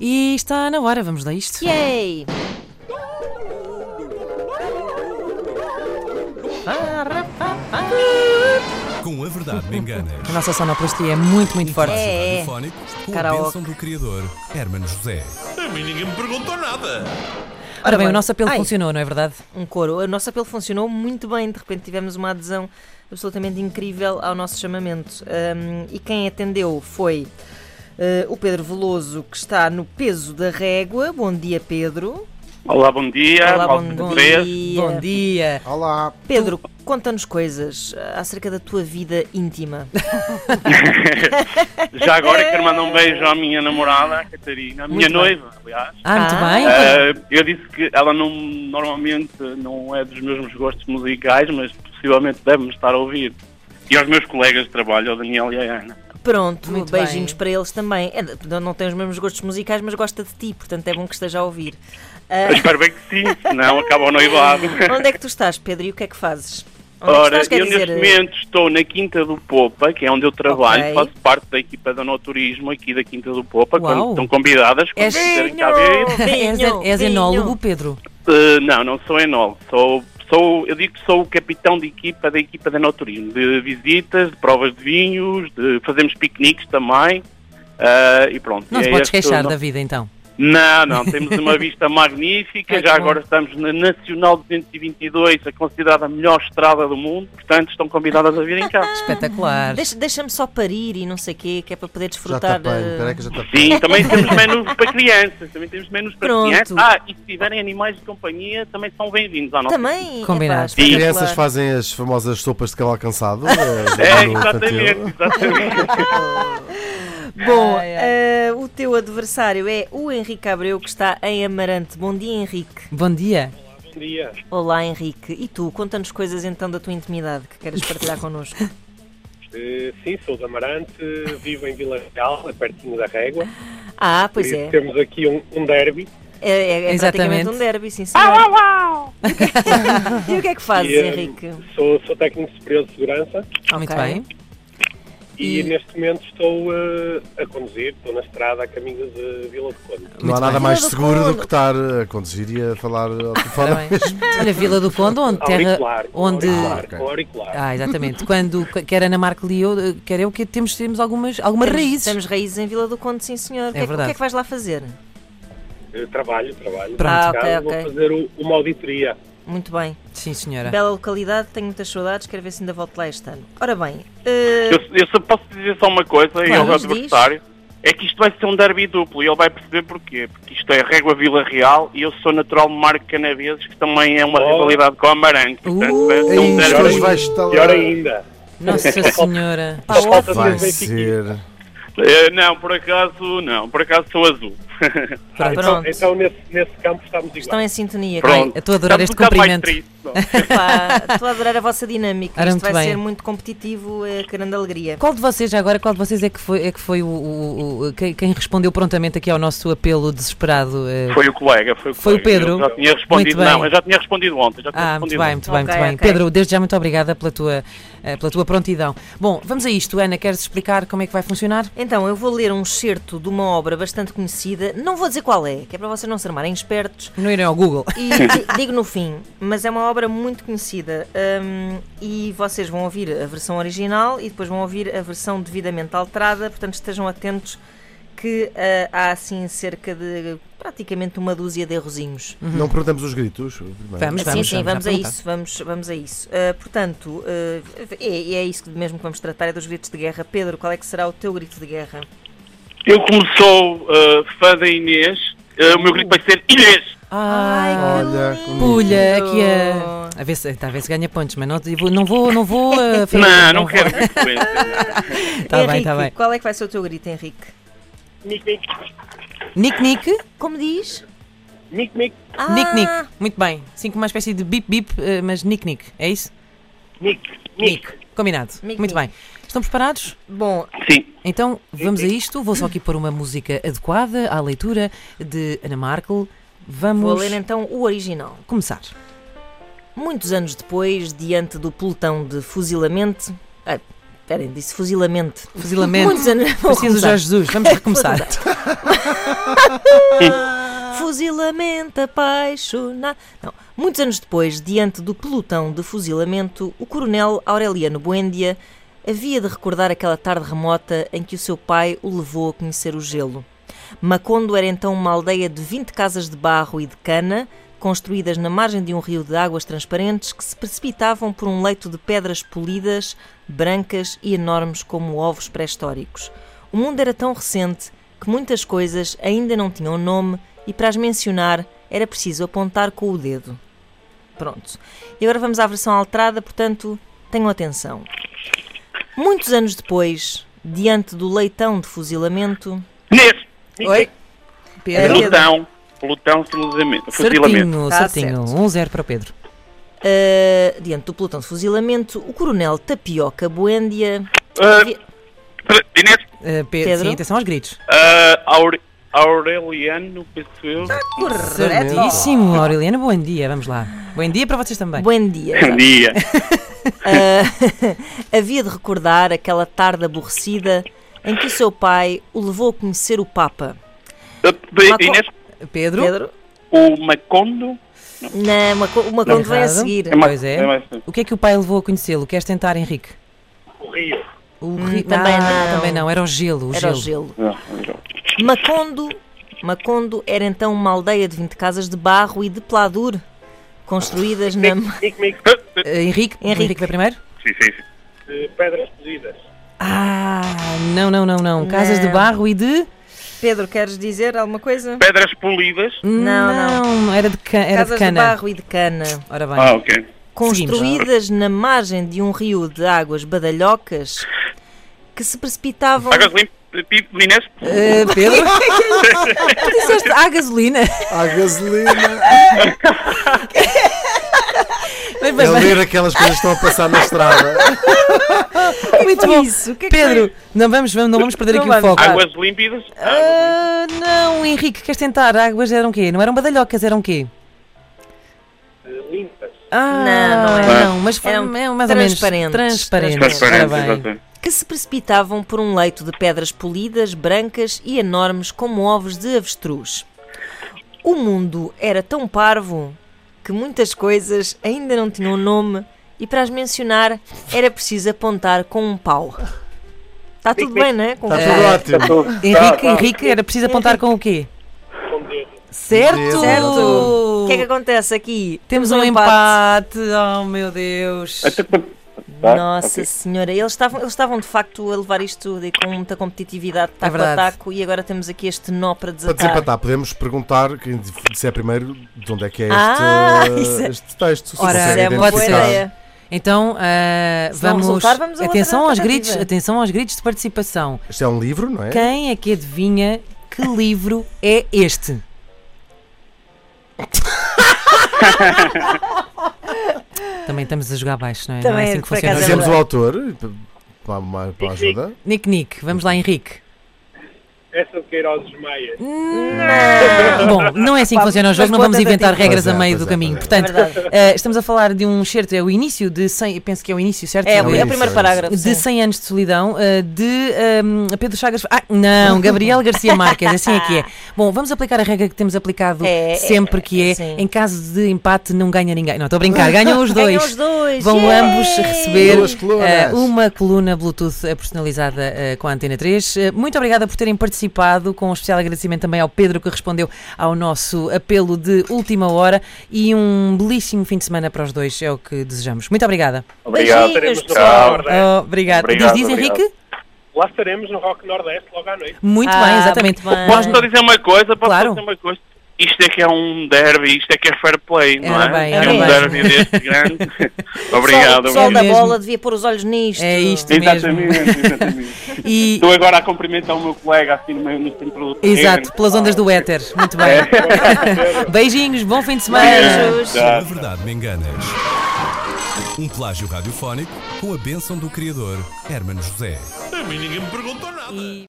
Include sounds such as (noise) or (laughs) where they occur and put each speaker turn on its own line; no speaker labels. E está na hora, vamos lá a isto?
Yay!
Com a verdade me enganas.
A nossa sonoplastia é muito, muito forte.
(laughs) É.
Radiofónico, com
Karaoke.
a bênção do criador, Hermano José.
A mim ninguém me perguntou nada.
Ora bem,
Ora
o nosso apelo
Ai.
funcionou, não é verdade?
Um coro. O nosso apelo funcionou muito bem, de repente tivemos uma adesão absolutamente incrível ao nosso chamamento. Um, e quem atendeu foi eh, o Pedro Veloso, que está no peso da régua. Bom dia, Pedro.
Olá, É, bom dia. malta da Três.
Bom dia.
Olá,
Pedro, conta-nos coisas eh, acerca da tua vida íntima.
(laughs) Já agora quero mandar um beijo à minha namorada, a Catarina, a minha
Muito bem.
noiva, aliás.
Ah, muito
Ah.
bem.
Ah, eu disse que ela não, normalmente não é dos mesmos gostos musicais, mas possivelmente deve-me estar a ouvir. E aos meus colegas de trabalho, ao Daniel e à Ana.
Pronto,
Muito
beijinhos
bem.
para eles também. É, não- Não tem os mesmos gostos musicais, mas gosta de ti, portanto é bom que esteja a ouvir. Ah,
Eu espero bem que sim, senão acaba o noivado.
(laughs) Onde é que tu estás, Pedro, e o que é que fazes? Onde é que
Ora,
estás, quer
eu neste
dizer,
momento estou na Quinta do Popa, que é onde eu trabalho,
Ok.
faço parte da equipa da Noturismo aqui da Quinta do Popa,
Uau.
quando estão convidadas,
É
quando
És-
quiserem cá
(laughs)
vir.
És,
vinho,
és
vinho.
enólogo, Pedro.
Uh, não, não sou enólogo. Sou, sou, eu digo que sou o capitão de equipa da equipa da Noturismo, de visitas, de provas de vinhos, de fazemos piqueniques também. uh, e pronto.
Não
E
te
é
podes
este o
queixar
no-
da vida, então.
Não, não, temos
(laughs)
uma vista magnífica.
Ai, que
Já
bom.
agora estamos na Nacional 222, a considerada a melhor estrada do mundo. Portanto, estão convidadas a virem cá.
Espetacular.
Ah. eh, Deixa- Deixa-me só parir e não sei o quê, que é para poder
já
desfrutar.
está bem,
eh,
peraí que já está bem.
Sim, também temos menus para crianças. Também temos menus para
Pronto.
crianças. Ah, e se tiverem animais de companhia, também são bem-vindos à nossa
Também.
Combinado.
epá,
Sim.
espetacular.
Crianças fazem as famosas sopas de cavalo cansado. eh,
É, exatamente, exatamente.
Bom,
Ai, ai.
eh, o teu adversário é o Henrique Abreu, que está em Amarante. Bom dia, Henrique.
Bom dia.
Olá, Henrique. E tu, conta-nos coisas então da tua intimidade que queres partilhar connosco.
(laughs) Eh, Sim, sou de Amarante, vivo em Vila Real, é pertinho da Régua.
Ah, pois
Por isso
é.
Temos aqui um, um derby.
É, é, é praticamente
Exatamente. Ah,
um derby, sim, senhor. e o é que (laughs) é que fazes,
E, eh,
Henrique?
Sou, sou técnico superior de segurança
Muito
Ok.
bem.
e,
E-
neste momento estou eh, a conduzir, estou na estrada a caminho de Vila do Conde.
Não há nada mais seguro do que estar a conduzir e a falar ao
Ora
telefone.
bem. Olha, Vila do Conde, onde terra.
Auricular, com
Onde.
auricular,
Ok.
com auricular.
Ah, exatamente. Quando quer Ana Marco Leo, eh, quer eu, que temos, temos algumas, algumas
Temos-
raízes.
Temos raízes em Vila do Conde, sim, senhor. o, que é, que- o que
verdade.
é que vais lá fazer?
Eh, Trabalho, trabalho.
Pronto.
Ah, ok,
Cá Vou
ok.
fazer o- uma auditoria.
Muito bem.
Sim, senhora.
Bela localidade, tenho muitas saudades, quero ver se ainda volto lá este ano. Ora bem, eh,
Eu, eu só posso dizer só uma coisa e ao
Claro, diz.
adversário. É que isto vai ser um derby duplo e ele vai perceber porquê. Porque isto é Régua Vila Real e eu sou natural de Marco Canaveses, que também é uma
Oh.
rivalidade com o Amarante. Portanto,
Uh.
vai ser um
Ei,
derby.
hoje vai estar.
Ah,
Pior ainda.
(laughs)
Nossa senhora.
pá,
Só falta
Vai
dizer Benfica.
ser.
Eh, não, por acaso não, por acaso sou azul. (laughs)
Ah, então,
Pronto.
então nesse, nesse campo estamos
estão
iguais.
em sintonia.
Pronto.
eu estou a adorar
Estamos
este
um bocado mais
cumprimento.
tristes, não?
Pá, Estou a adorar a vossa dinâmica.
Ora,
Isto
muito
vai
bem.
ser muito competitivo, é grande alegria.
Qual de vocês, já agora, qual de vocês é que foi, é que foi o, o- o- quem, quem respondeu prontamente aqui ao nosso apelo desesperado? eh?
Foi o colega, foi o
Foi o
colega.
Pedro?
Eu já tinha
Muito
respondido,
bem.
não, eu já tinha respondido ontem. Já tinha
Ah, muito
respondido
bem,
ontem.
muito bem, muito
Ok,
bem.
ok.
Pedro, desde já muito obrigada pela tua, eh, pela tua prontidão. Bom, vamos a isto, Ana, queres explicar como é que vai funcionar?
Então, eu vou ler um excerto de uma obra bastante conhecida. Não vou dizer qual é, que é para vocês não se armarem espertos.
Não irem ao Google.
E di- digo no fim, mas é uma obra muito conhecida. hum, e vocês vão ouvir a versão original e depois vão ouvir a versão devidamente alterada, portanto estejam atentos que ah, há assim cerca de praticamente uma dúzia de errozinhos.
Não perguntamos os gritos. primeiro.
Vamos,
sim, sim,
vamos
Uhum. vamos,
já
a
perguntar.
isso, vamos, vamos a isso. Ah, portanto, ah, é, é isso mesmo que vamos tratar, é dos gritos de guerra. Pedro, qual é que será o teu grito de guerra?
Eu como sou uh, fã da Inês, uh, o meu grito vai ser Inês!
Ai,
Olha, comigo.
pulha, Ah, aqui a. A ver se, tá, a ver se ganha pontos, mas não, eu vou- não vou. Não, vou eh, fazer-
Não, não
vou.
quero ver
(laughs)
influência.
Tá bem,
Henrique,
tá bem.
qual é que vai ser o teu grito, Henrique?
Nick, Nick,
Como diz?
Mic, mic,
Ah,
Nick, Nick. Muito bem. Sim, com uma espécie de bip, bip, eh, mas Nick, Nick. É isso?
mic.
Nick. Combinado.
Nick,
Muito
Nick.
bem. Estão preparados?
Bom,
Sim,
Então vamos a isto. Vou só aqui pôr uma música adequada à leitura de Ana Markel.
vou
Vamos
ler então o original.
começar.
Muitos anos depois, diante do pelotão de fuzilamento. Ah, Esperem, disse fuzilamento.
Fuzilamento. assim
Muitos anos. Vou (laughs)
Preciso já
começar.
Jesus, vamos
(laughs)
recomeçar.
Fuzilamento apaixonado. Não. Muitos anos depois, diante do pelotão de fuzilamento, o coronel Aureliano Buendia havia de recordar aquela tarde remota em que o seu pai o levou a conhecer o gelo. Macondo era então uma aldeia de 20 casas de barro e de cana, construídas na margem de um rio de águas transparentes que se precipitavam por um leito de pedras polidas, brancas e enormes como ovos pré-históricos. O mundo era tão recente que muitas coisas ainda não tinham nome e para as mencionar era preciso apontar com o dedo. Pronto. E agora vamos à versão alterada, portanto, tenham atenção. Muitos anos depois, diante do leitão de fuzilamento,
Nesse
Oi? Pedro?
Pedro.
pelotão, pelotão fuzilamento- fuzilamento.
Certinho,
Tá
certinho.
certo.
1-0 para o Pedro.
Uh, diante do pelotão de fuzilamento, o coronel Tapioca Buendia.
Ah, Inês,
Uh, Pedro,
Pedro?
Sim, atenção aos gritos.
ah, Aure- Aureliano, penso eu.
Certíssimo, Aureliana. Bom dia, vamos lá. Bom dia para vocês também.
Buendia.
Bom
(laughs)
dia.
Havia de recordar aquela tarde aborrecida em que o seu pai o levou a conhecer o Papa.
Ah, Inês,
Pedro?
Pedro?
o Macondo.
Não, uma, co- uma quando vem a
Errado.
seguir.
ma-
Pois é.
é mais-
O que é que o pai levou a conhecê-lo? Queres tentar, Henrique?
O Rio.
O
Hum,
ri-
também
Ah,
não.
Também não, era o gelo. O
Era o
gelo.
gelo.
Não,
Macondo, Macondo era então uma aldeia de 20 casas de barro e de pladur, construídas na.
Mic, mic,
Uh, Henrique?
Henrique.
vai primeiro?
Sim, sim, sim.
eh, pedras polidas.
Ah, não, não, não, não. Casas de
Não.
barro e de.
Pedro, queres dizer alguma coisa?
Pedras polidas.
Não,
Era de, ca- era de
Casas de
cana.
barro e de cana,
Ora bem.
Ah, ok.
construídas na margem de um rio de águas badalhocas que se precipitavam.
Águas limpas, tipo, Inês.
Uh, Pedro? tu disseste à gasolina?
À gasolina.
(laughs)
Mas, mas,
É ler aquelas coisas que estão a passar na estrada.
É.
muito bom.
Isso, que é que
Pedro, não vamos, vamos- não vamos perder
Não
aqui
vamos.
o foco.
Águas límpidas. Águas
Ah, não, Henrique, queres tentar? Águas eram quê? Não eram badalhocas, eram quê?
eh, Limpas.
Ah,
Não, não
era.
não, mas foi,
Eram
é mais ou menos
transparentes.
transparentes.
limpas.
Ora
Transparentes,
bem.
exatamente.
que se precipitavam por um leito de pedras polidas, brancas e enormes como ovos de avestruz. O mundo era tão parvo que muitas coisas ainda não tinham nome e para as mencionar era preciso apontar com um pau. Está tudo bem, não é? Com
Tá
um
Está tudo
pau.
ótimo.
Henrique, Henrique, era preciso apontar com o quê?
Tá, Com dedo.
Certo!
Certo. O que é que acontece aqui?
Temos um empate. Oh, meu Deus.
Até quando- Tá,
Nossa
ok.
Senhora, eles estavam, eles estavam de facto a levar isto de- com muita competitividade, taco a
É verdade.
taco, e agora temos aqui este nó para
Para
desatar.
desempatar, podemos perguntar, quem disser primeiro, de onde é que é este,
Ah, isso é-
este texto. se
Ora,
conseguem
Isso é uma
pode
boa
ser.
identificar.
ideia.
Então, ah,
Se não
vamos.
resultar, vamos a outra
atenção aos
alternativa.
gritos, atenção aos gritos de participação.
Este é um livro, não é?
Quem é que adivinha que livro é
(laughs)
este? Também estamos a jogar baixo, não é? não é
Também,
assim que
por
funciona.
acaso, é
Dizemos
verdade.
o autor, para, uma- para ajuda.
Nick Nick, vamos lá, Henrique.
Essa de Queiroz Maia.
Bom, não é assim que
Pá,
funciona o jogo,
mas
não
boa
vamos inventar
tentativa.
regras
Pois
a
é,
meio
pois
do
é,
caminho.
pois
É
Portanto,
verdade.
eh, estamos a falar de um certo, é o início de 100, eu penso que é o início, certo?
É,
Não,
é
isso,
o primeiro
é
parágrafo.
de
sim.
100 anos de solidão eh, de ehm, Pedro Chagas. Ah, não,
(laughs)
Gabriel Garcia Marques, assim é que é. Bom, vamos aplicar a regra que temos aplicado
É,
sempre,
é,
que é
sim.
em caso de empate não ganha ninguém. Não, estou a brincar, ganham os dois.
(laughs) Ganham os dois.
Vão
yeah!
ambos receber
Duas colunas.
eh, uma coluna Bluetooth eh, personalizada eh, com a Antena 3. Eh, muito obrigada por terem participado, com um especial agradecimento também ao Pedro que respondeu ao nosso apelo de última hora e um belíssimo fim de semana para os dois, é o que desejamos. Muito obrigada.
Obrigado.
Beijinhos,
Tchau.
pessoal.
Oh, obrigado. Diz,
Obrigado,
diz
obrigado.
Henrique?
Lá estaremos no Rock Nordeste logo à noite.
Muito
Ah,
bem, exatamente.
muito bem.
Posso só dizer uma coisa? Posso
Claro.
só dizer uma coisa? Isto é que é um derby, isto é que é fair play, não
Era
é?
bem,
é
era
um
bem.
derby deste
(laughs)
grande. obrigado.
O pessoal da
mesmo.
bola devia pôr os olhos nisto.
É isto mesmo.
Exatamente, exatamente.
E,
Estou agora a cumprimentar o meu colega assim no meio no centro do terreno.
exato, pelas ondas do éter. Muito bem. Beijinhos, bom fim de semana.
Beijos.
Tá.
A verdade me enganas. Um plágio radiofónico com a bênção do criador Hermano José.
A mim ninguém me perguntou nada.
E-